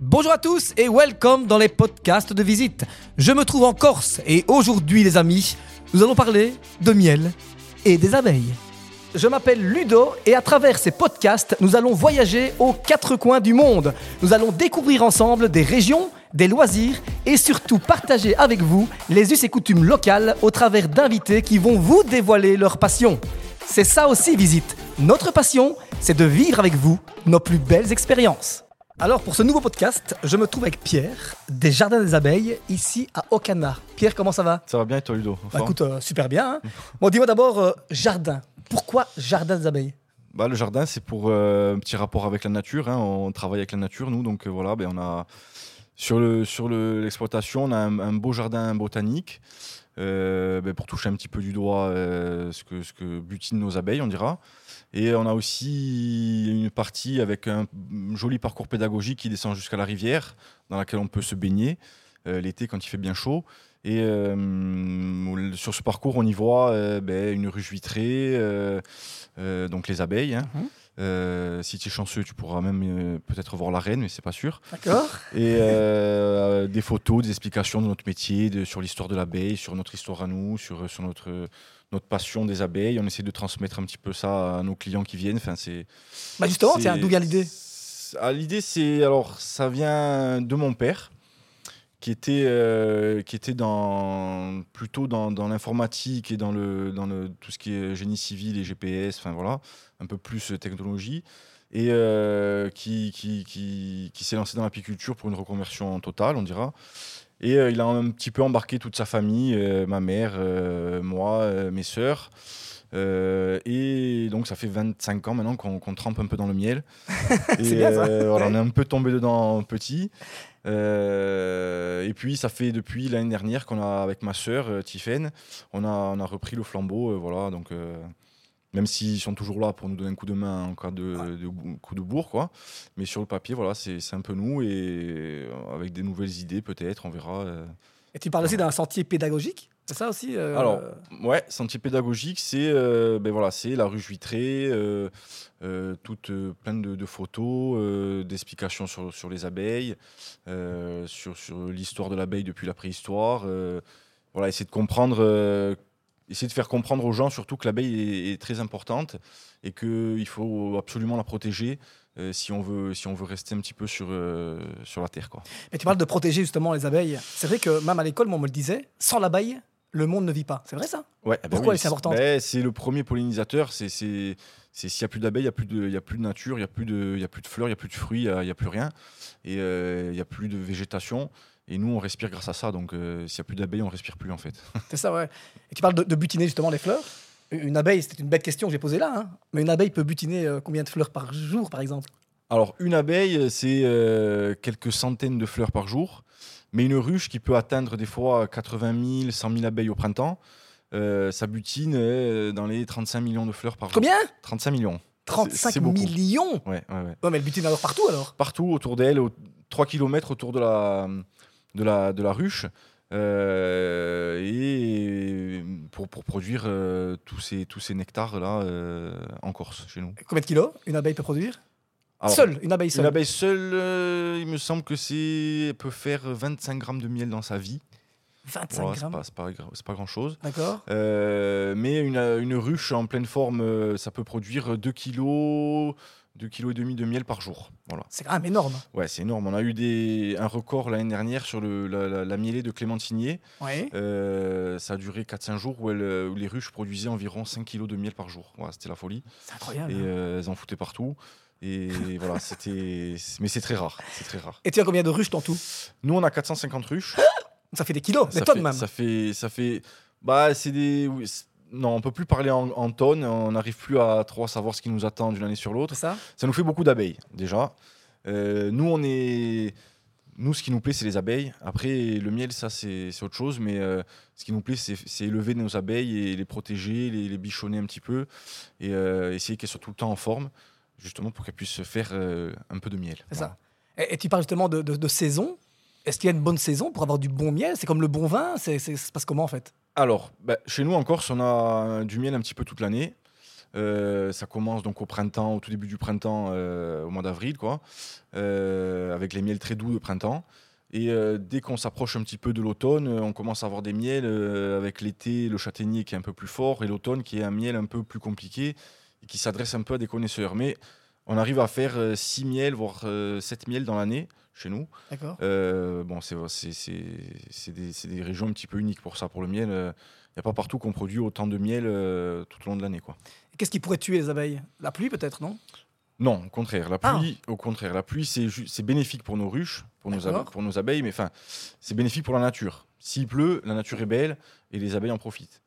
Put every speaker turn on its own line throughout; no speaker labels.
Bonjour à tous et welcome dans les podcasts de visite. Je me trouve en Corse et aujourd'hui les amis, nous allons parler de miel et des abeilles. Je m'appelle Ludo et à travers ces podcasts, nous allons voyager aux quatre coins du monde. Nous allons découvrir ensemble des régions, des loisirs et surtout partager avec vous les us et coutumes locales au travers d'invités qui vont vous dévoiler leur passion. C'est ça aussi Visite. Notre passion, c'est de vivre avec vous nos plus belles expériences. Alors pour ce nouveau podcast, je me trouve avec Pierre des Jardins des Abeilles ici à Okana. Pierre, comment ça va
Ça va bien et toi, Ludo en
bah,
forme
Écoute, euh, super bien. hein. Bon, dis-moi d'abord, euh, jardin. Pourquoi jardin des abeilles
Bah, Le jardin, c'est pour euh, un petit rapport avec la nature. hein. On travaille avec la nature, nous. Donc euh, voilà, ben, on a, sur l'exploitation, le, sur le- l'exploitation, on a un, un beau jardin botanique euh, ben, pour toucher un petit peu du doigt euh, ce, que, ce que butinent nos abeilles, on dira. Et on a aussi une partie avec un joli parcours pédagogique qui descend jusqu'à la rivière, dans laquelle on peut se baigner euh, l'été quand il fait bien chaud. Et euh, sur ce parcours, on y voit euh, ben, une ruche vitrée, euh, euh, donc les abeilles. hein.
Mhm.
Euh, si tu es chanceux, tu pourras même euh, peut-être voir la reine, mais c'est pas sûr.
D'accord
Et euh, des photos, des explications de notre métier, de- sur l'histoire de l'abeille, sur notre histoire à nous, sur, sur notre, euh, notre passion des abeilles. On essaie de transmettre un petit peu ça à nos clients qui viennent. Enfin, c'est,
Bah justement, tiens, d'où vient l'idée
c'est- ah, L'idée, c'est. Alors, ça vient de mon père, qui était, euh, qui était dans, plutôt dans, dans l'informatique et dans, le, dans le, tout ce qui est génie civil et GPS, enfin voilà, un peu plus euh, technologie, et euh, qui, qui, qui, qui s'est lancé dans l'apiculture pour une reconversion totale, on dira. Et euh, il a un petit peu embarqué toute sa famille, euh, ma mère, euh, moi, euh, mes sœurs. Euh, et donc ça fait 25 ans maintenant qu'on qu'on trempe un peu dans le miel.
C'est bien, ça.
euh, voilà, on est un peu tombé dedans petit. Euh, et puis ça fait depuis l'année dernière qu'on a avec ma sœur euh, Tiffaine, on a, on a repris le flambeau, euh, voilà. Donc euh, même s'ils sont toujours là pour nous donner un coup de main en cas de, de bou- coup de bourre, quoi. Mais sur le papier, voilà, c'est c'est un peu nous et euh, avec des nouvelles idées peut-être, on verra. euh.
Et tu parles aussi d'un sentier pédagogique C'est ça aussi euh,
Alors, Ouais, sentier pédagogique, c'est euh, ben voilà, c'est la ruche vitrée, euh, euh, toute euh, plein de, de photos, euh, d'explications sur, sur les abeilles, euh, sur, sur l'histoire de l'abeille depuis la préhistoire. euh, voilà, essayer de comprendre, euh, essayer de faire comprendre aux gens surtout que l'abeille est, est très importante et qu'il faut absolument la protéger euh, si on veut si on veut rester un petit peu sur euh, sur la terre quoi.
Mais tu parles de protéger justement les abeilles. C'est vrai que même à l'école, moi, on me le disait, sans l'abeille, le monde ne vit pas. C'est vrai ça
Ouais, ah bah
Pourquoi
oui,
elle est importante
ben, C'est le premier pollinisateur. C'est c'est c'est s'il y a plus d'abeilles, il y a plus de il y a plus de nature, il y a plus de il y a plus de fleurs, il y a plus de fruits, il y a, il y a plus rien et euh, il y a plus de végétation. Et nous, on respire grâce à ça. Donc, euh, s'il y a plus d'abeilles, on respire plus en fait.
C'est ça, ouais. Et tu parles de, de butiner justement les fleurs. Une abeille, c'était une bête question que j'ai posée là, hein. mais une abeille peut butiner euh, combien de fleurs par jour, par exemple
Alors, une abeille, c'est euh, quelques centaines de fleurs par jour, mais une ruche qui peut atteindre des fois 80 000, 100 000 abeilles au printemps, euh, ça butine euh, dans les 35 millions de fleurs par jour.
Combien
35 millions.
35
Ah. c'est beaucoup.
millions
Ouais, ouais, ouais.
Ouais, mais elle butine alors partout alors
partout autour d'elle, au- 3 km autour de la, de la, de la ruche. euh, et pour, pour produire euh, tous ces, tous ces nectars-là euh, en Corse, chez nous.
Combien de kilos une abeille peut produire
Alors,
Seule, une abeille
Une
seule.
abeille seule, euh, il me semble que c'est elle peut faire 25 grammes de miel dans sa vie.
25
Voilà, c'est
grammes.
pas, c'est pas gra- c'est pas grand-chose.
D'accord
Euh, mais une, euh, une ruche en pleine forme, euh, ça peut produire 2 kilos, 2 kilos et demi de miel par jour. Voilà.
C'est quand même énorme. hein.
Ouais, c'est énorme. On a eu des, un record l'année dernière sur le, la, la- la mielée de Clémentinier.
Ouais.
Euh, ça a duré 4-5 jours où, elle, euh, où les ruches produisaient environ 5 kilos de miel par jour. Voilà, c'était la folie.
C'est incroyable.
Et
Et,
euh, elles en foutaient partout. Et voilà, c'était. c'est- Mais c'est très rare. C'est très rare.
tu as combien de ruches dans tout
Nous, on a 450 ruches.
Ça fait des kilos, des
ça,
tonnes
fait,
même.
ça fait. Ça fait. Bah, c'est des. oui, c'est- Non, on peut plus parler en, en tonnes. On n'arrive plus à trop savoir ce qui nous attend d'une année sur l'autre.
C'est ça
Ça nous fait beaucoup d'abeilles, déjà. Euh, nous, on est. Nous, ce qui nous plaît, c'est les abeilles. Après, le miel, ça, c'est c'est autre chose. Mais euh, ce qui nous plaît, c'est c'est élever nos abeilles et les protéger, les, les bichonner un petit peu et euh, essayer qu'elles soient tout le temps en forme, justement pour qu'elles puissent faire euh, un peu de miel.
C'est ça. Et, et tu parles justement de, de- de saison. Est-ce qu'il y a une bonne saison pour avoir du bon miel C'est comme le bon vin c'est, c'est- Ça se passe comment en fait
Alors, bah, chez nous en Corse, on a euh, du miel un petit peu toute l'année. Euh, ça commence donc au printemps, au tout début du printemps, euh, au mois d'avril, quoi, euh, avec les miels très doux de printemps. Et euh, dès qu'on s'approche un petit peu de l'automne, euh, on commence à avoir des miels euh, avec l'été, le châtaignier qui est un peu plus fort et l'automne qui est un miel un peu plus compliqué et qui s'adresse un peu à des connaisseurs. Mais on arrive à faire 6 miels, voire 7 miels dans l'année chez nous.
D'accord.
Euh, bon, c'est c'est- c'est- c'est des, c'est des régions un petit peu uniques pour ça. Pour le miel, il n'y a pas partout qu'on produit autant de miel euh, tout au long de l'année. quoi.
Qu'est-ce qui pourrait tuer les abeilles La pluie peut-être, non
Non, au contraire. La
Ah.
pluie, au contraire, la pluie, c'est ju- c'est bénéfique pour nos ruches, pour nos,
D'accord.
abe- pour nos abeilles, mais enfin, c'est bénéfique pour la nature. S'il pleut, la nature est belle et les abeilles en profitent.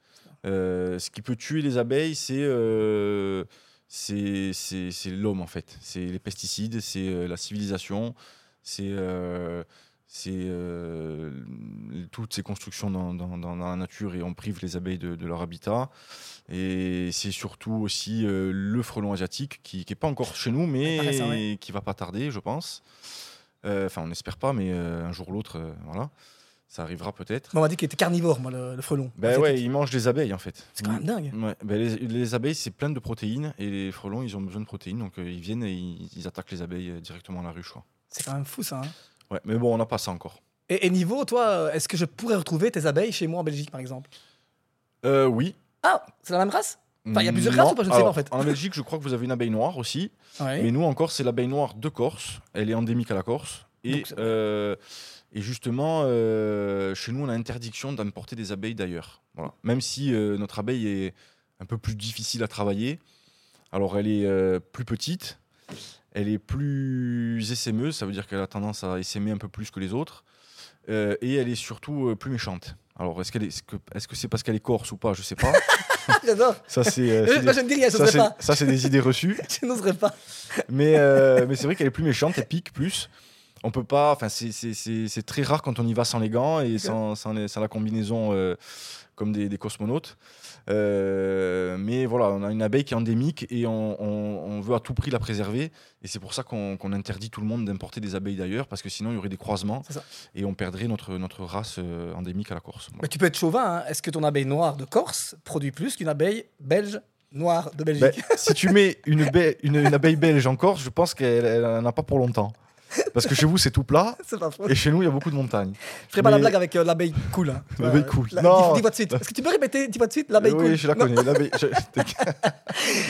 Euh, ce qui peut tuer les abeilles, c'est euh, c'est- c'est- c'est l'homme en fait. C'est les pesticides, c'est euh, la civilisation, c'est euh, c'est, euh, toutes ces constructions dans, dans- dans- dans la nature et on prive les abeilles de, de leur habitat. Et c'est surtout aussi euh, le frelon asiatique qui n'est pas encore chez nous, mais
Intéressant, ouais.
qui va pas tarder, je pense. Euh, Enfin, on n'espère pas, mais euh, un jour ou l'autre, euh, voilà, ça arrivera peut-être.
Bon, On m'a dit qu'il était carnivore, moi, le, le frelon.
Ben ouais, ils mangent des abeilles en fait.
C'est quand même dingue.
Ouais, ben les, les abeilles, c'est plein de protéines et les frelons, ils ont besoin de protéines, donc euh, ils viennent et ils, ils attaquent les abeilles euh, directement à la ruche. Quoi.
C'est quand même fou ça. hein.
Ouais, mais bon, on n'a pas ça encore.
Et, et niveau, toi, euh, est-ce que je pourrais retrouver tes abeilles chez moi en Belgique, par exemple
Euh, oui. Mm,
Ah, c'est la même race Enfin, il y a plusieurs
Non.
races ou pas Je ne sais
Alors,
pas, en fait.
En Belgique, je crois que vous avez une abeille noire aussi,
Ouais.
mais nous encore, c'est l'abeille noire de Corse. Elle est endémique à la Corse. Et,
Donc, c'est-
euh, et justement, euh, chez nous, on a interdiction d'importer des abeilles d'ailleurs. Voilà. Même si euh, notre abeille est un peu plus difficile à travailler. Alors, elle est euh, plus petite, elle est plus essaimeuse, ça veut dire qu'elle a tendance à essaimer un peu plus que les autres, Euh, et elle est surtout euh, plus méchante. Alors, est-ce qu'elle est, est-ce que est-ce que c'est parce qu'elle est corse ou pas Je sais pas.
Ah, J'adore.
Ça, c'est euh, c'est
Moi,
des-
je ne dis rien, je
ça,
ne sais
c'est-
pas.
ça, c'est des idées reçues.
Je n'oserais pas.
Mais, euh, mais c'est vrai qu'elle est plus méchante, elle pique plus. On peut pas, enfin, c'est- c'est- c'est c'est très rare quand on y va sans les gants et sans, sans, les- sans la combinaison euh, comme des, des cosmonautes. Euh, mais voilà, on a une abeille qui est endémique et on, on- on veut à tout prix la préserver. Et c'est pour ça qu'on qu'on interdit tout le monde d'importer des abeilles d'ailleurs, parce que sinon il y aurait des croisements
C'est ça.
et on perdrait notre, notre race euh, endémique à la Corse. Voilà.
Mais tu peux être chauvin. hein. Est-ce que ton abeille noire de Corse produit plus qu'une abeille belge noire de Belgique
Ben, si tu mets une, baie- une, une abeille belge en Corse, je pense qu'elle n'en a pas pour longtemps. Parce que chez vous, c'est tout plat.
C'est pas faux.
Bah, Et chez nous, il y a beaucoup de montagnes.
Je ferai pas la
mais-
blague avec euh, l'abeille cool. hein. Tu vois,
L'abeille
euh,
cool.
la-
Non.
dis- Dis-moi de suite. Est-ce que tu peux répéter Dis-moi de suite l'abeille
oui,
cool.
je la
Non.
connais. L'abeille. je- t'es-
Et dis,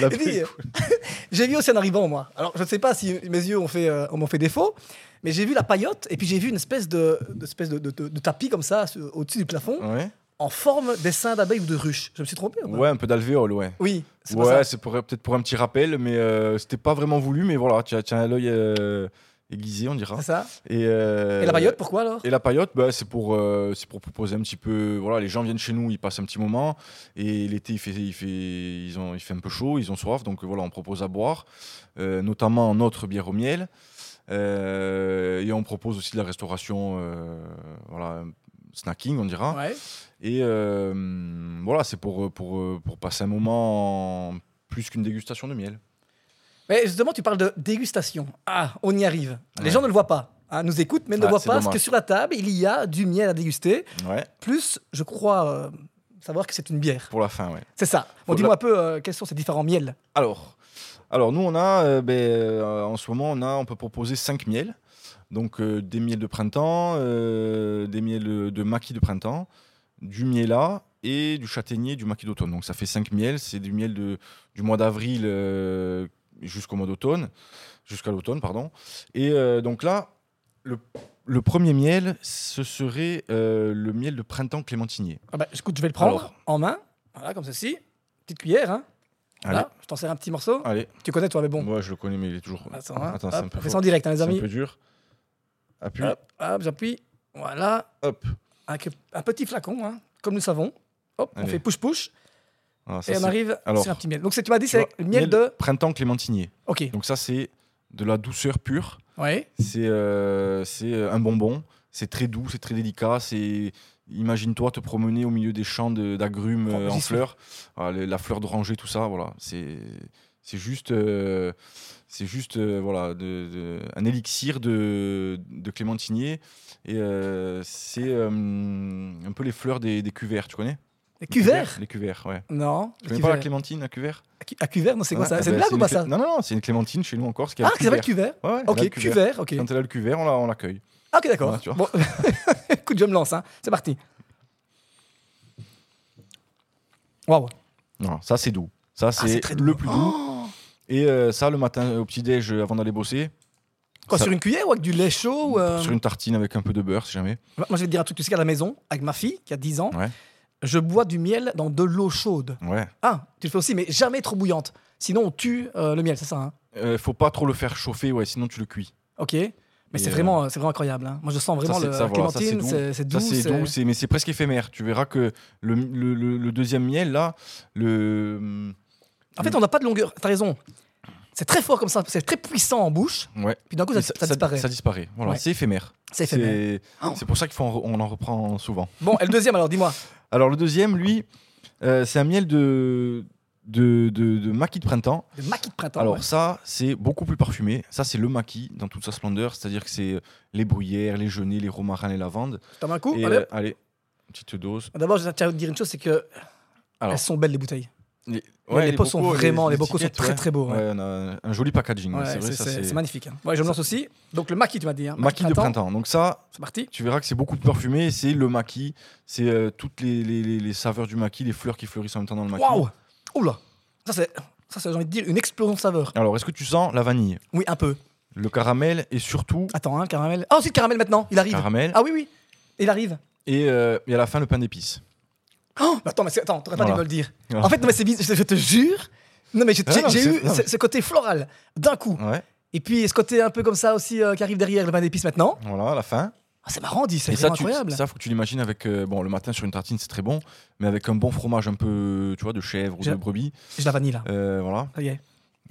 l'abeille
euh,
cool.
J'ai vu aussi en arrivant, moi. Alors, je ne sais pas si mes yeux ont fait, euh, m'ont fait défaut, mais j'ai vu la paillote et puis j'ai vu une espèce de, d'espèce de, de- de- de tapis comme ça sur- au-dessus du plafond
Ouais.
en forme d'essaim d'abeille ou de ruche. Je me suis trompé ou pas
ouais, un peu d'alvéole, ouais.
Oui, euh, c'est pas
Ouais,
ça.
c'est pour- peut-être pour un petit rappel, mais euh, c'était pas vraiment voulu. Mais voilà, tiens, tiens l'œil euh, aiguisé, on dira.
C'est ça.
Et, euh,
Et la paillote, pourquoi alors
Et la paillote, bah, c'est pour, euh, c'est pour proposer un petit peu. Voilà, les gens viennent chez nous, ils passent un petit moment. Et l'été, il fait, il, fait, ils ont, il fait un peu chaud, ils ont soif. Donc voilà, on propose à boire, euh, notamment notre bière au miel. Euh, et on propose aussi de la restauration, euh, voilà, snacking, on dira.
Ouais.
Et euh, voilà, c'est pour, pour, pour passer un moment en plus qu'une dégustation de miel.
Mais justement, tu parles de dégustation. Ah, on y arrive. Les
Ouais.
gens ne le voient pas. hein, nous écoutent, mais ne
Ah,
voient
c'est
pas parce
dommage.
que sur la table, il y a du miel à déguster.
Ouais.
Plus, je crois euh, savoir que c'est une bière.
Pour la fin, ouais.
C'est ça. Bon,
Faut
dis-moi un peu euh, quels sont ces différents miels.
Alors, alors nous, on a, euh, ben, euh, en ce moment, on, a, on peut proposer 5 miels. Donc, euh, des miels de printemps, euh, des miels de, de maquis de printemps, du miela et du châtaignier du maquis d'automne. Donc, ça fait 5 miels. C'est du miel de, du mois d'avril euh, jusqu'au mois d'automne, jusqu'à l'automne, pardon. Et euh, donc là, le, le premier miel, ce serait euh, le miel de printemps clémentinier.
Ah bah, écoute, je vais le prendre
Alors.
en main. Voilà, comme ceci. Petite cuillère. Hein. Voilà, je t'en sers un petit morceau.
Allez,
Tu connais, toi, mais bon.
moi je le connais, mais il est toujours.
Attends, hein.
Ah. Attends, c'est
Hop,
un peu
on fait
fort.
ça en direct, hein, les
C'est un
amis.
peu dur. Appuie.
Hop, hop, j'appuie. Voilà.
Hop.
Avec un petit flacon, hein, comme nous savons. Hop, on
Allez.
fait push-push
Voilà, Ah, ça,
et on
c'est-
arrive
Alors.
sur un petit miel. Donc, c'est- tu m'as dit,
tu vois,
c'est le miel de.
Printemps clémentinier.
Ok.
Donc ça, c'est de la douceur pure.
Ouais.
C'est euh, c'est un bonbon. C'est très doux, c'est très délicat. C'est imagine-toi te promener au milieu des champs de- d'agrumes
Oh,
euh,
j'y
en
suis.
fleurs, Voilà, les- la fleur d'oranger, tout ça. Voilà, c'est c'est juste euh, c'est juste euh, voilà de- de- un élixir de, de clémentinier et euh, c'est euh, un peu les fleurs des, des cuvères, tu connais
Les cuverts
Les cuverts, ouais.
Non.
Tu
les
connais pas la
cuverts.
clémentine, la cuvert
À cu- À cuvert, non, c'est quoi
Ah,
ça
ah
C'est
bah,
une blague ou
une
pas
clé-
ça
Non, non, non, c'est une clémentine chez nous en Corse. Qui a
Ah,
le
qui s'appelle
cuvert.
cuvert
Ouais, ouais, elle a le
Ok, cuvert, ok.
Quand elle a le cuvert, on la- on l'accueille.
Ah, ok, d'accord.
Ouais, tu vois.
Bon, écoute, je me lance, hein. c'est parti. Waouh. Ah,
Non, ça, c'est doux. Ça, c'est
très
le plus doux.
Oh
Et euh, ça, le matin, au petit-déj, euh, avant d'aller bosser,
Quoi,
Ça-
sur une cuillère ou avec du lait chaud ou, euh,
sur une tartine avec un peu de beurre, si jamais.
Moi, je vais te dire un truc, tu sais qu'à la maison, avec ma fille qui a 10 ans,
Ouais.
je bois du miel dans de l'eau chaude.
Ouais.
Ah, tu le fais aussi, mais jamais trop bouillante. Sinon, on tue euh, le miel, c'est ça. hein.
Euh, faut pas trop le faire chauffer, ouais, sinon tu le cuis.
ok. Mais
Et,
c'est
euh,
vraiment, euh, c'est vraiment incroyable. hein. Moi, je sens vraiment
c'est-
le
ça,
la
voilà, ça, c'est
clémentine,
doux.
c'est c'est doux.
Ça, c'est doux, c'est- mais c'est presque éphémère. Tu verras que le, le- le- le deuxième miel, là, le.
En fait, on n'a pas de longueur. T'as raison. C'est très fort comme ça, c'est très puissant en bouche.
Ouais.
Puis d'un coup, ça,
Mais ça-
ça
ça-
disparaît.
Ça disparaît. Voilà,
Ouais.
c'est éphémère.
c'est éphémère.
C'est- Ah, C'est pour ça qu'on en reprend souvent.
Bon, et le deuxième, alors, dis-moi.
Alors, le deuxième, lui, euh, c'est un miel de, de, de, de maquis de printemps.
Le maquis de printemps.
Alors,
ouais.
ça, c'est beaucoup plus parfumé. Ça, c'est le maquis dans toute sa splendeur. C'est-à-dire que c'est euh, les bruyères, les genêts, les romarins, les lavandes.
Je t'en mets un coup.
Et,
allez.
euh, allez, petite dose.
D'abord, je tiens à te dire une chose, c'est que
Alors.
elles sont belles les bouteilles.
Les,
Ouais, les pots sont
bocaux,
vraiment, les bocaux sont
étiquettes,
très,
ouais.
très beaux, ouais.
Ouais, on a un joli packaging.
Ouais,
ouais, c'est vrai,
c'est
ça,
c'est-
c'est-
c'est magnifique. hein. Ouais, je me lance aussi. Donc le maquis, tu m'as dit. hein.
Maquis de printemps. Donc ça,
C'est parti.
tu verras que c'est beaucoup de parfumé. C'est le maquis, c'est euh, toutes les, les- les- les saveurs du maquis, les fleurs qui fleurissent en même temps dans le maquis.
Waouh Oula Ça, c'est, ça, c'est, j'ai envie de dire, une explosion de saveur.
Alors, est-ce que tu sens la vanille,
Oui, un peu.
le caramel et surtout
Attends, hein, le caramel. Ah, aussi le caramel maintenant, il arrive.
caramel
Ah oui, oui, il arrive.
et, euh, et à la fin le pain d'épices.
Oh, mais attends, mais c'est- attends, t'aurais pas dû
Voilà.
me le dire.
Voilà.
En fait, non, mais c'est bizarre, je, je te jure. Non, mais j'ai,
Ah,
j'ai-
non,
j'ai
c'est-
eu
non,
ce, ce côté floral d'un coup.
Ouais,
Et puis ce côté un peu comme ça aussi euh, qui arrive derrière le pain d'épices maintenant.
voilà, à la fin.
Ah, c'est marrant, dit, c'est
et ça,
vraiment
tu,
incroyable.
ça, faut que tu l'imagines avec euh, bon le matin sur une tartine, c'est très bon, mais avec un bon fromage un peu, tu vois, de chèvre ou
J'ai-
de brebis,
J'ai la vanille là.
Euh, voilà.
Ça y est.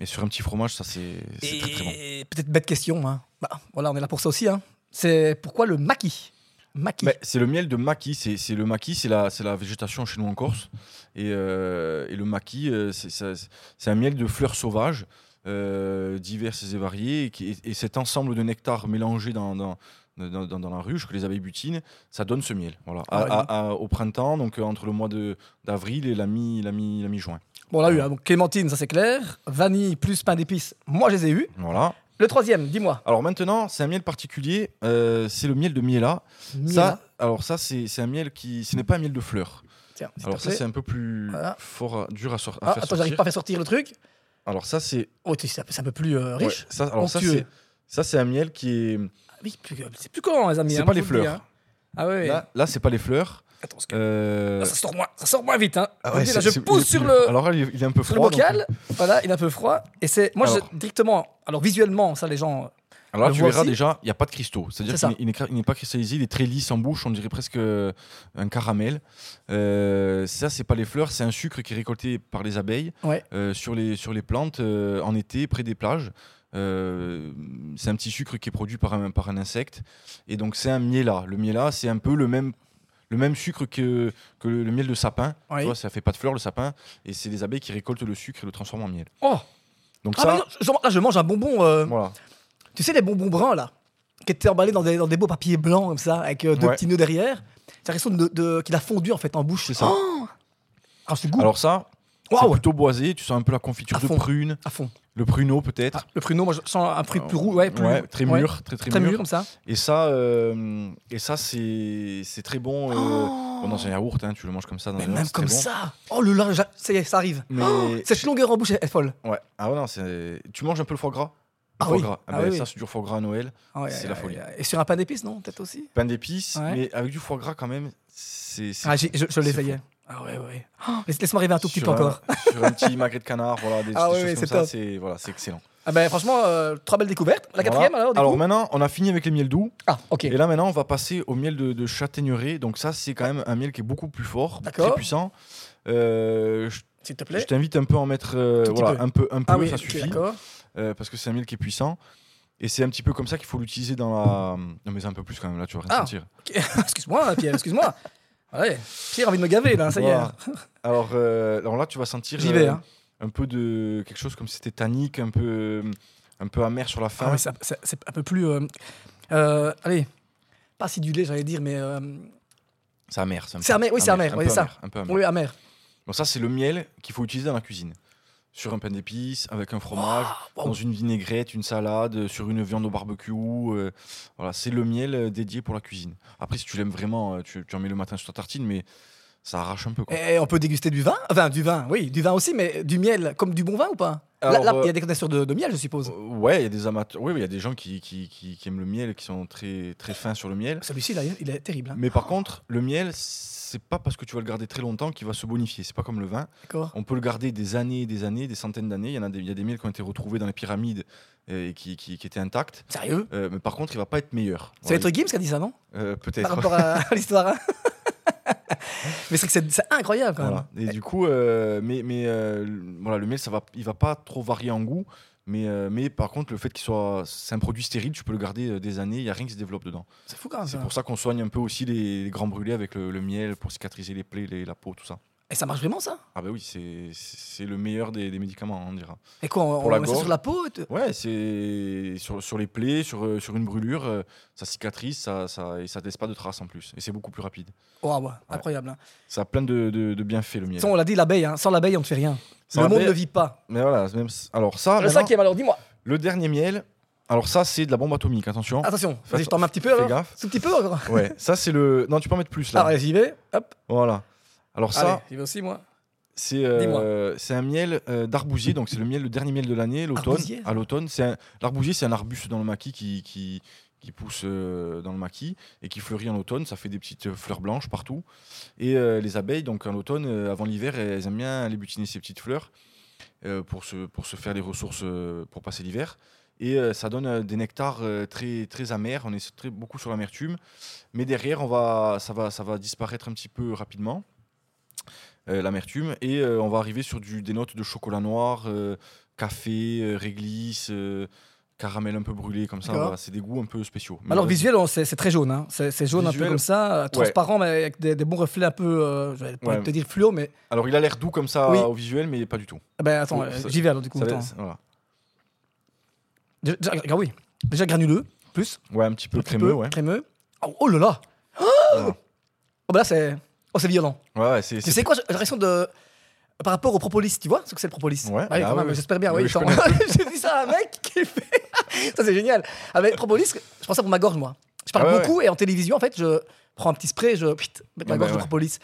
Et sur un petit fromage, ça c'est c'est très très bon.
Et peut-être bête question. Hein. Bah, voilà, on est là pour ça aussi. Hein. C'est pourquoi le maquis Maquis.
Mais c'est le miel de maquis, c'est c'est le maquis, c'est la, c'est la végétation chez nous en Corse. Et, euh, et le maquis, euh, c'est- ça- c'est un miel de fleurs sauvages, euh, diverses et variées. Et, qui- et cet ensemble de nectar mélangé dans, dans, dans, dans- dans la ruche que les abeilles butinent, ça donne ce miel. Voilà. À-
Ah, oui.
à- à- au printemps, donc euh, entre le mois de- d'avril et la mi- la mi- la mi-juin.
Bon, on l'a eu. hein. Donc, clémentine, ça c'est clair. Vanille plus pain d'épices, moi je les ai eus.
voilà.
Le troisième, dis-moi.
Alors maintenant, c'est un miel particulier, euh, c'est le miel de miela. Ça,
Miela.
alors ça, c'est c'est un miel qui, ce n'est pas un miel de fleurs.
Tiens, s'il
Alors
te
ça
plaît.
c'est un peu plus
Voilà.
fort, à- dur à, sor- à
Ah,
faire
attends, j'arrive
sortir.
pas à faire sortir le truc.
Alors ça c'est
Oh, tu sais, c'est un peu- c'est un peu plus euh, riche.
ouais, ça, alors ça
Onctueux.
c'est ça c'est un miel qui est
Ah Oui, plus- euh, c'est plus courant, les amis.
c'est
hein,
pas
je
les
vous le dis,
fleurs.
hein. Ah ouais. ouais.
Là, là, c'est pas les fleurs.
Attends, parce que-
Euh,
Ah, ça sort moins, ça sort moins vite. Hein.
ah
Je
ouais,
vous dis, là,
c'est-
je
c'est- il
pousse
est-
sur le,
Alors là, il est, il est un peu
sur
froid.
le bocal.
donc-
Voilà, il est un peu froid. Et c'est moi je-
Alors.
directement. Alors visuellement, ça les gens. euh,
alors là,
le
tu
voici.
verras déjà, il n'y a pas de cristaux. C'est-à-dire
C'est ça.
qu'il n'est- il n'est cra- il n'est pas cristallisé, il est très lisse en bouche, on dirait presque euh, un caramel. Euh, ça, c'est pas les fleurs, c'est un sucre qui est récolté par les abeilles
Ouais.
euh, sur, les, sur les plantes euh, en été près des plages. Euh, c'est un petit sucre qui est produit par un, par un insecte. Et donc, c'est un miela. Le miela, c'est un peu le même, le même sucre que, que le, le miel de sapin.
Oui.
Tu vois, ça fait pas de fleurs, le sapin. Et c'est les abeilles qui récoltent le sucre et le transforment en miel.
Oh.
Donc,
Ah,
ça,
mais non, je, là, je mange un bonbon. euh,
voilà.
Tu sais, les bonbons bruns, là, qui étaient emballés dans des, dans des beaux papiers blancs, comme ça, avec euh, deux
Ouais.
petits nœuds derrière. J'ai l'impression de, de- qu'il a fondu, en fait, en bouche.
C'est ça.
Oh ah, ce goût,
Alors, ça, c'est
Waouh.
plutôt boisé. Tu sens un peu la confiture
À
de
fond.
prune.
à fond.
Le pruneau peut-être. Euh,
Ah, le pruneau, moi, je sens un fruit plus roux, ouais, plus
Ouais, très
ouais,
mûr, très très,
très
mûr.
mûr, comme ça.
Et ça, euh, et ça c'est c'est très bon, euh,
Oh.
bon dans un yaourt. hein, tu le manges comme ça dans
Mais
un yaourt,
même
c'est très
comme
bon.
ça. Oh, le linge, ça y est, ça arrive. Ah,
Mais
Cette longueur en bouche est est folle.
ouais, ah ouais, non, c'est- tu manges un peu le foie gras. Le
Oh. Ah
foie
oui,
gras.
ah
ben,
oui,
Ça
oui.
c'est du foie gras à Noël,
Ah ouais,
C'est
ouais,
la
ouais,
folie.
ouais. Et sur un pain d'épices, non Peut-être aussi
pain d'épices,
Ouais.
mais avec du foie gras quand même. C'est c'est-
Ah, j'ai- je, je l'ai,
c'est
ça y
fou.
est. Ah ouais, ouais. Oh, laisse- Laisse-moi arriver un tout petit peu
sur un-
encore.
sur un petit magret de canard, voilà, des,
Ah
des
oui, oui,
choses comme
c'est
ça,
top.
c'est voilà, c'est excellent.
Ah ben, franchement, euh, trois belles découvertes. La quatrième,
Voilà.
alors, du coup
maintenant, on a fini avec les miels doux.
Ah, ok.
Et là maintenant, on va passer au miel de, de châtaigneraie. Donc ça, c'est quand même un miel qui est beaucoup plus fort,
D'accord.
très puissant. Euh, je
S'il te plaît.
Je t'invite un peu à en mettre euh,
Tout petit
voilà,
peu.
un peu, un peu,
Ah oui,
ça
ok,
suffit,
d'accord.
euh, parce que c'est un miel qui est puissant. Et c'est un petit peu comme ça qu'il faut l'utiliser dans la. Non, mais c'est un peu plus quand même, là, tu vas rien
Ah.
sentir.
excuse-moi, Pierre, excuse-moi. Ouais, Pierre a envie de me gaver, là, ah, ça y est.
Voilà. Alors, euh, alors là, tu vas sentir
J'y vais,
euh,
hein.
un peu de quelque chose comme si c'était tannique, un peu, un peu amer sur la fin.
Ah ouais, ça- ça- c'est un peu plus. euh, euh, allez, pas acidulé, j'allais dire, mais. euh,
C'est amer. un
C'est
peu-
amer, oui, c'est amer,
un
oui,
peu
ça.
amer, Un peu amer.
Oui, amer.
Donc ça, c'est le miel qu'il faut utiliser dans la cuisine. Sur un pain d'épices, avec un fromage,
wow.
dans une vinaigrette, une salade, euh, sur une viande au barbecue. euh, voilà, c'est le miel euh, dédié pour la cuisine. Après, si tu l'aimes vraiment, euh, tu, tu en mets le matin sur ta tartine, mais ça arrache un peu. Quoi.
Et on peut déguster du vin Enfin, du vin, oui, du vin aussi, mais du miel comme du bon vin ou pas Là-
Alors,
Là,
euh,
il y a des connaisseurs de, de miel, je suppose.
Euh, Ouais, il y a des amateurs. Oui, oui, il y a des gens qui, qui, qui- qui aiment le miel, qui sont très, très fins sur le miel.
Celui-ci, là, il est terrible. hein.
Mais par contre, le miel, c'est pas parce que tu vas le garder très longtemps qu'il va se bonifier. C'est pas comme le vin.
D'accord.
On peut le garder des années, des années, des centaines d'années. Il y en a des, il y a des miels qui ont été retrouvés dans les pyramides euh, et qui, qui- qui étaient intacts.
Sérieux
Euh, mais par contre, il va pas être meilleur.
C'est
Voilà,
être Gims qui a dit ça, non
il- euh,
Par
Peut-être.
rapport à à l'histoire. hein. mais c'est que c'est c'est incroyable quand même.
Voilà. Et du coup, euh, mais, mais euh, le- voilà, le miel, ça va, il va pas trop varier en goût. Mais, euh, mais par contre, le fait qu'il soit. C'est un produit stérile, tu peux le garder euh, des années, il n'y a rien qui se développe dedans.
C'est fou quand même.
C'est
Ah, ça.
pour ça qu'on soigne un peu aussi les, les grands brûlés avec le, le miel pour cicatriser les plaies, les- la peau, tout ça.
Et ça marche vraiment ça
Ah bah oui, c'est- c'est le meilleur des, des médicaments, hein, on dira.
Et quoi On,
Pour
on
la
met ça
gorge.
sur la peau et tout
Ouais, c'est sur, sur les plaies, sur, euh, sur une brûlure, euh, ça cicatrise ça, ça, et ça laisse pas de traces en plus. Et c'est beaucoup plus rapide.
Waouh, incroyable. hein.
Ça a plein de, de- de bienfaits le miel.
Ça, on l'a dit, l'abeille, hein. sans l'abeille, on ne fait rien.
Sans
le monde
l'abeille-
ne vit pas.
Mais voilà, même, s- alors ça,
Le
maintenant,
cinquième, alors dis-moi.
le dernier miel, alors ça c'est de la bombe atomique, attention.
Attention,
Fais
vas-y, je t'en mets un petit peu
fais
alors.
gaffe.
Tout petit peu encore.
Ouais, ça c'est le... Non, tu peux en mettre plus là.
Alors, j'y vais. Hop.
Voilà. Alors ça,
Allez, j'y vais aussi, moi.
C'est euh,
Dis-moi.
c'est un miel euh, d'arbousier, donc c'est le miel, le dernier miel de l'année, l'automne.
Arbousier
À l'automne, c'est un- l'arbousier, c'est un arbuste dans le maquis qui qui, qui pousse euh, dans le maquis et qui fleurit en automne. Ça fait des petites euh, fleurs blanches partout. Et euh, les abeilles, donc en automne, euh, avant l'hiver, elles aiment bien aller butiner ces petites fleurs euh, pour se pour se faire des ressources euh, pour passer l'hiver. Et euh, ça donne euh, des nectars euh, très très amers. On est très beaucoup sur l'amertume, mais derrière, on va ça va ça va disparaître un petit peu rapidement euh, l'amertume. Et euh, on va arriver sur du, des notes de chocolat noir, euh, café, euh, réglisse, euh, caramel un peu brûlé, comme ça.
D'accord.
voilà, c'est des goûts un peu spéciaux. Mais euh,
Alors,
le-
visuel, on- c'est c'est très jaune. hein. C'est c'est jaune un peu
Visuel.
comme ça, euh, transparent, mais avec des, des bons reflets un peu. euh, je vais pas
Ouais.
te dire fluo, mais.
Alors, il a l'air doux comme ça
Oui.
au visuel, mais pas du tout.
Ah Ben attends,
Oh,
euh,
ça-
j'y vais alors du coup.
Ça va-
attends.
c'est- voilà.
Déjà, regarde, oui. Déjà granuleux, plus.
Ouais, un petit peu
un petit
crémeux, ouais.
Crémeux. Oh, oh là là
Voilà.
Oh, ben là, c'est. Oh, c'est violent.
Ouais, ouais, c'est.
Tu
c'est-
sais quoi, j'ai l'impression de. Par rapport au propolis, tu vois ce que c'est le propolis
Ouais,
Bah oui,
ah
quand
ouais,
même,
ouais.
j'espère bien.
Oui,
Oui,
je
attends. J'ai dit ça à un mec qui fait. ça, c'est génial. Avec propolis, je prends ça pour ma gorge, moi. Je parle
Ah ouais,
beaucoup et en télévision, en fait, je prends un petit spray, je. Pit, mets ma
Ah bah
gorge de
ouais.
propolis.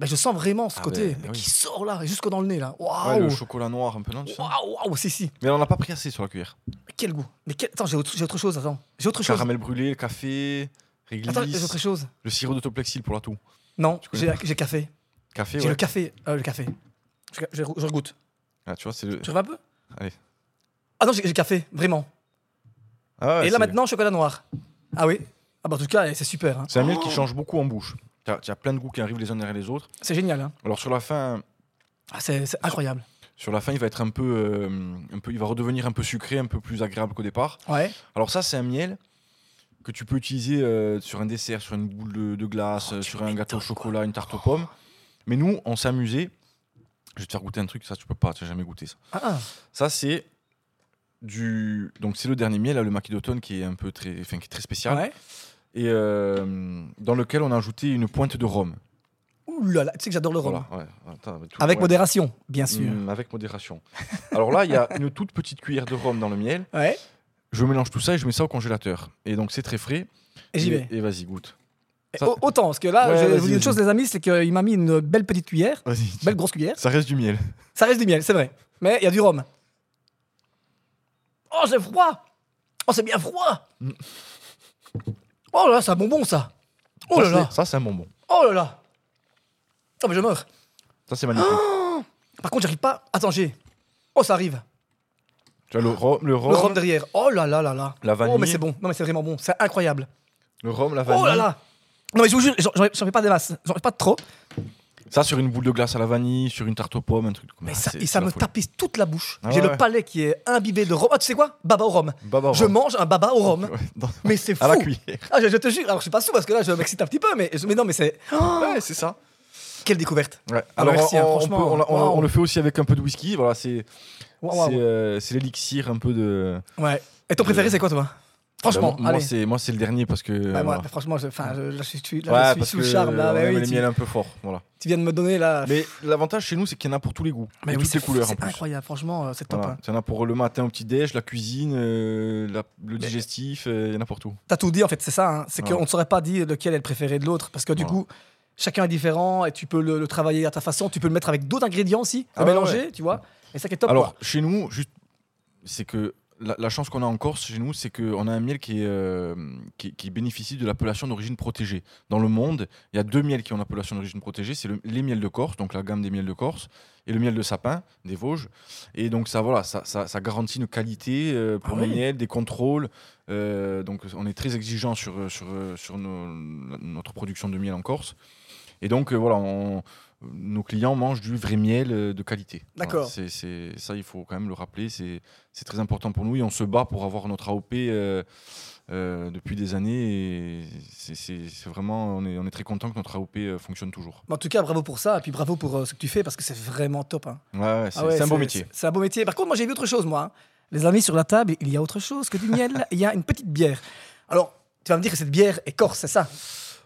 Ben, je sens vraiment ce
Ah
côté
ben,
mais
oui.
qui sort là, jusque dans le nez là.
ouais,
Waouh
le chocolat noir un peu, non tu sens
Waouh, waouh, si, si.
Mais on n'a pas pris assez sur la cuillère.
Mais quel goût Mais quel... Attends, j'ai autre... j'ai autre chose, attends. J'ai autre chose.
Caramel brûlé, café, réglisse,
Attends, j'ai autre chose.
le sirop d'autoplexil pour la toux.
Non,
connais
j'ai j'ai café.
Café,
J'ai
ouais.
le café. euh, le café. Je, je, je regoute.
Ah, tu vois, c'est le.
Tu reviens un peu
Allez.
Ah non, j'ai j'ai café, vraiment.
Ah ouais,
Et là
c'est-
maintenant, chocolat noir. Ah oui Ah bah en tout cas, c'est super. hein.
C'est un miel qui change beaucoup en bouche. Tu as, plein de goûts qui arrivent les uns derrière les autres.
C'est génial. Hein.
Alors sur la fin,
Ah, c'est c'est incroyable.
sur la fin, il va être un peu, euh, un peu, il va redevenir un peu sucré, un peu plus agréable qu'au départ.
Ouais.
Alors ça, c'est un miel que tu peux utiliser euh, sur un dessert, sur une boule de, de glace,
Oh,
euh,
tu
sur un gâteau
m'étonnes,
au
quoi.
chocolat, une tarte aux pommes. Mais nous, on s'est amusé. Je vais te faire goûter un truc, ça tu peux pas, tu n'as jamais goûté ça.
Ah, ah.
Ça c'est du, donc c'est le dernier miel, là, le maquis d'automne qui est un peu très, enfin, qui est très spécial
ouais.
et euh, dans lequel on a ajouté une pointe de rhum.
Ouh là là, tu sais que j'adore le rhum.
Voilà, ouais. Attends, mais tout-
Avec
ouais.
modération, bien sûr.
Mm, avec modération. Alors là, il y a une toute petite cuillère de rhum dans le miel.
Ouais.
Je mélange tout ça et je mets ça au congélateur. Et donc c'est très frais.
Et j'y vais.
Et, et vas-y, goûte.
Et
ça-
au- Autant, parce que là,
Ouais,
je vais
vas-y,
vous dis une
vas-y.
chose, les amis, c'est qu'il m'a mis une belle petite cuillère,
Vas-y.
belle grosse cuillère.
Ça reste du miel.
Ça reste du miel, c'est vrai. Mais il y a du rhum. Oh, j'ai froid Oh, c'est bien froid
Mm.
Oh là là, c'est un bonbon, ça Oh là
Ça,
là
c'est- Ça, c'est un bonbon.
Oh là là Oh, mais je meurs
Ça, c'est magnifique.
Oh Par contre, j'arrive pas... Attends, j'ai... Oh, ça arrive
tu as le rhum, le rhum,
Le rhum derrière. Oh là là là là
La vanille.
Oh, mais c'est bon. Non, mais c'est vraiment bon. C'est incroyable.
le rhum, la vanille.
Oh là là Non, mais je vous jure, j'en- j'en j'en fais pas des masses. J'en fais pas de trop.
Ça, sur une boule de glace à la vanille, sur une tarte aux pommes, un truc comme
Mais
Ah,
ça,
c'est-
et
c'est
ça
la
me
folie.
tapisse toute la bouche.
Ah
j'ai
ouais,
le
ouais.
palais qui est imbibé de rhum. Ah, tu sais quoi Baba au rhum.
Baba au
Je
rhum.
mange un baba au rhum.
Dans-
Mais c'est fou.
à la cuillère.
Ah, je, je te jure, alors je suis pas sous parce que là je m'excite un petit peu, mais, je- mais non, mais c'est. Oh,
Ouais, c'est ça.
quelle découverte!
Ouais.
Alors,
Alors,
merci, hein,
on, on
franchement.
peut- on la- on-
Waouh.
on le fait aussi avec un peu de whisky. Voilà, c'est
Waouh, waouh.
c'est, euh, c'est l'élixir un peu de.
Ouais. Et ton préféré, c'est quoi, toi? Franchement,
Franchement, euh, bah, moi
allez.
c'est moi c'est le dernier parce que.
Bah,
euh,
moi,
voilà.
franchement, je, enfin, je, là, je suis, là,
Ouais,
je suis
parce
sous le
que,
charme. Là,
ouais,
bah
mais
oui,
le
tu,
miel est un peu fort, voilà.
tu viens de me donner là.
Mais l'avantage chez nous, c'est qu'il y en a pour tous les goûts,
Mais
et
oui,
toutes les
c'est
couleurs en
c'est
plus.
incroyable, franchement, euh, c'est top.
Voilà.
hein.
Il y en a pour le matin au petit déj, la cuisine, euh, la- le digestif, euh, il y en a pour tout.
T'as tout dit en fait, c'est ça. hein. C'est
Voilà.
qu'on ne saurait pas dire lequel est le préféré de l'autre parce que du
Voilà.
coup, chacun est différent et tu peux le, le travailler à ta façon. Tu peux le mettre avec d'autres ingrédients aussi, le
Ah ouais,
mélanger, tu vois. Et ça qui est top.
Alors
quoi.
chez nous, juste, c'est que la, la chance qu'on a en Corse chez nous, c'est qu'on a un miel qui, est, euh, qui, qui bénéficie de l'appellation d'origine protégée. Dans le monde, il y a deux miels qui ont l'appellation d'origine protégée, c'est le- les miels de Corse, donc la gamme des miels de Corse, et le miel de sapin des Vosges. Et donc ça, voilà, ça, ça, ça garantit une qualité euh, pour
Ah
nos
oui.
miels, des contrôles. Euh, donc on est très exigeant sur, euh, sur, euh, sur nos- notre production de miel en Corse. Et donc euh, voilà, on- nos clients mangent du vrai miel euh, de qualité. Voilà,
D'accord.
c'est- c'est- ça, il faut quand même le rappeler, c'est c'est très important pour nous et on se bat pour avoir notre AOP euh, euh, depuis des années. et c'est- C'est c'est vraiment, on est, on est très content que notre AOP euh, fonctionne toujours.
Mais en tout cas, bravo pour ça et puis bravo pour euh, ce que tu fais parce que c'est vraiment top. hein.
Ouais, ouais, c'est
Ah ouais,
c'est un beau métier.
C'est un beau métier. Par contre, moi, j'ai vu autre chose, moi. hein. Les amis, sur la table, il y a autre chose que du miel. il y a une petite bière. Alors, tu vas me dire que cette bière est corse, c'est ça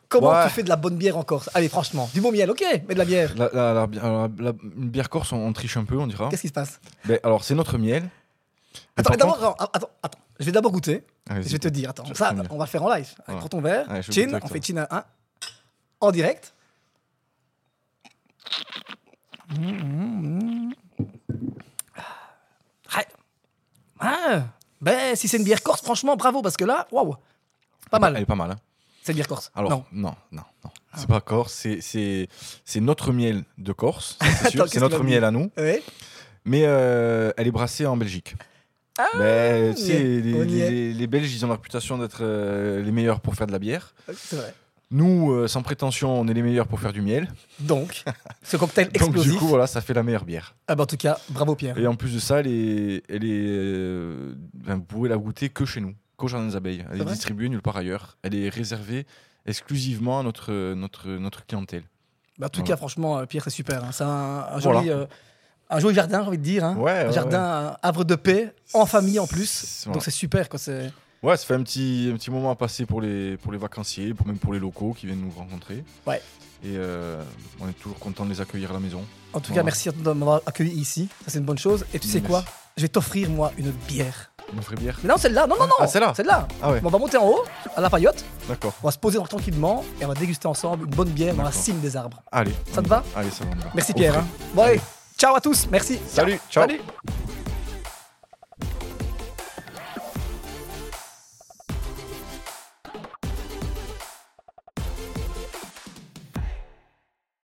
Comment
Ouais.
tu fais de la bonne bière en Corse Allez, franchement, du bon miel, ok, mais de la bière.
La, la- la bi- alors, la- la- une bière corse, on, on triche un peu, on dira.
Qu'est-ce qui se passe
Ben, alors, c'est notre miel. Mais
Attends,
par
d'abord,
contre- ah,
attends, attends, attends. Je vais d'abord goûter.
Allez-y.
Je vais te dire, attends,
Je
ça,
prends le
on va le faire en live. Allez,
Voilà.
Prends ton verre,
Allez, je vais
chin,
goûter avec
on
toi.
fait chin à 1, en direct. Ouais. Ah, ben, si c'est une bière corse, franchement, bravo, parce que là, waouh, pas
Elle
mal,
est pas mal. hein.
c'est une bière corse.
Alors,
non. Ah
non, non, non. C'est pas corse, c'est- c'est c'est notre miel de Corse, ça, c'est sûr,
Attends, qu'est-ce
c'est
qu'il
notre
a dit
miel à nous.
Ouais.
Mais euh, elle est brassée en Belgique.
Ah,
Ben, tu
on y
sais,
est,
les,
on y est.
les- les Belges, ils ont la réputation d'être euh, les meilleurs pour faire de la bière.
c'est vrai.
Nous, euh, sans prétention, on est les meilleurs pour faire du miel.
Donc, ce cocktail
Donc
explosif.
du coup, voilà, ça fait la meilleure bière.
Ah ben, en tout cas, bravo Pierre.
Et en plus de ça, elle est, elle est, euh, ben, vous pouvez la goûter que chez nous, qu'au Jardin des Abeilles. Elle
C'est
est
vrai
distribuée nulle part ailleurs. Elle est réservée exclusivement à notre, euh, notre, notre clientèle.
Ben, en tout
Voilà.
cas, franchement, euh, Pierre, c'est super. hein. C'est un, un
Voilà.
joli, euh, un joli jardin, j'ai envie de dire. hein.
Ouais, ouais,
un
ouais.
jardin, un havre de paix, en famille en plus.
C'est- voilà.
Donc c'est super. Quoi. c'est-
Ouais, ça fait un petit, un petit moment à passer pour les, pour les vacanciers, pour même pour les locaux qui viennent nous rencontrer.
Ouais.
Et euh, on est toujours content de les accueillir à la maison.
En tout cas,
Voilà.
merci de m'avoir accueilli ici. Ça, c'est une bonne chose. Et tu sais
Merci.
quoi Je vais t'offrir, moi, une bière.
Une vraie bière.
Mais non, celle-là. Non, non, non.
Ah, celle-là
Celle-là.
Ah ouais,
Bon, on va monter en haut, à la paillotte.
d'accord.
On va se poser dans- tranquillement et on va déguster ensemble une bonne bière dans la
D'accord.
cime des arbres.
Allez.
Ça
on
te
y
va
Allez, ça va. on y va.
Merci,
Au
Pierre.
frais.
hein. Bon, allez. Ciao à tous. Merci.
Salut, ciao.
Salut.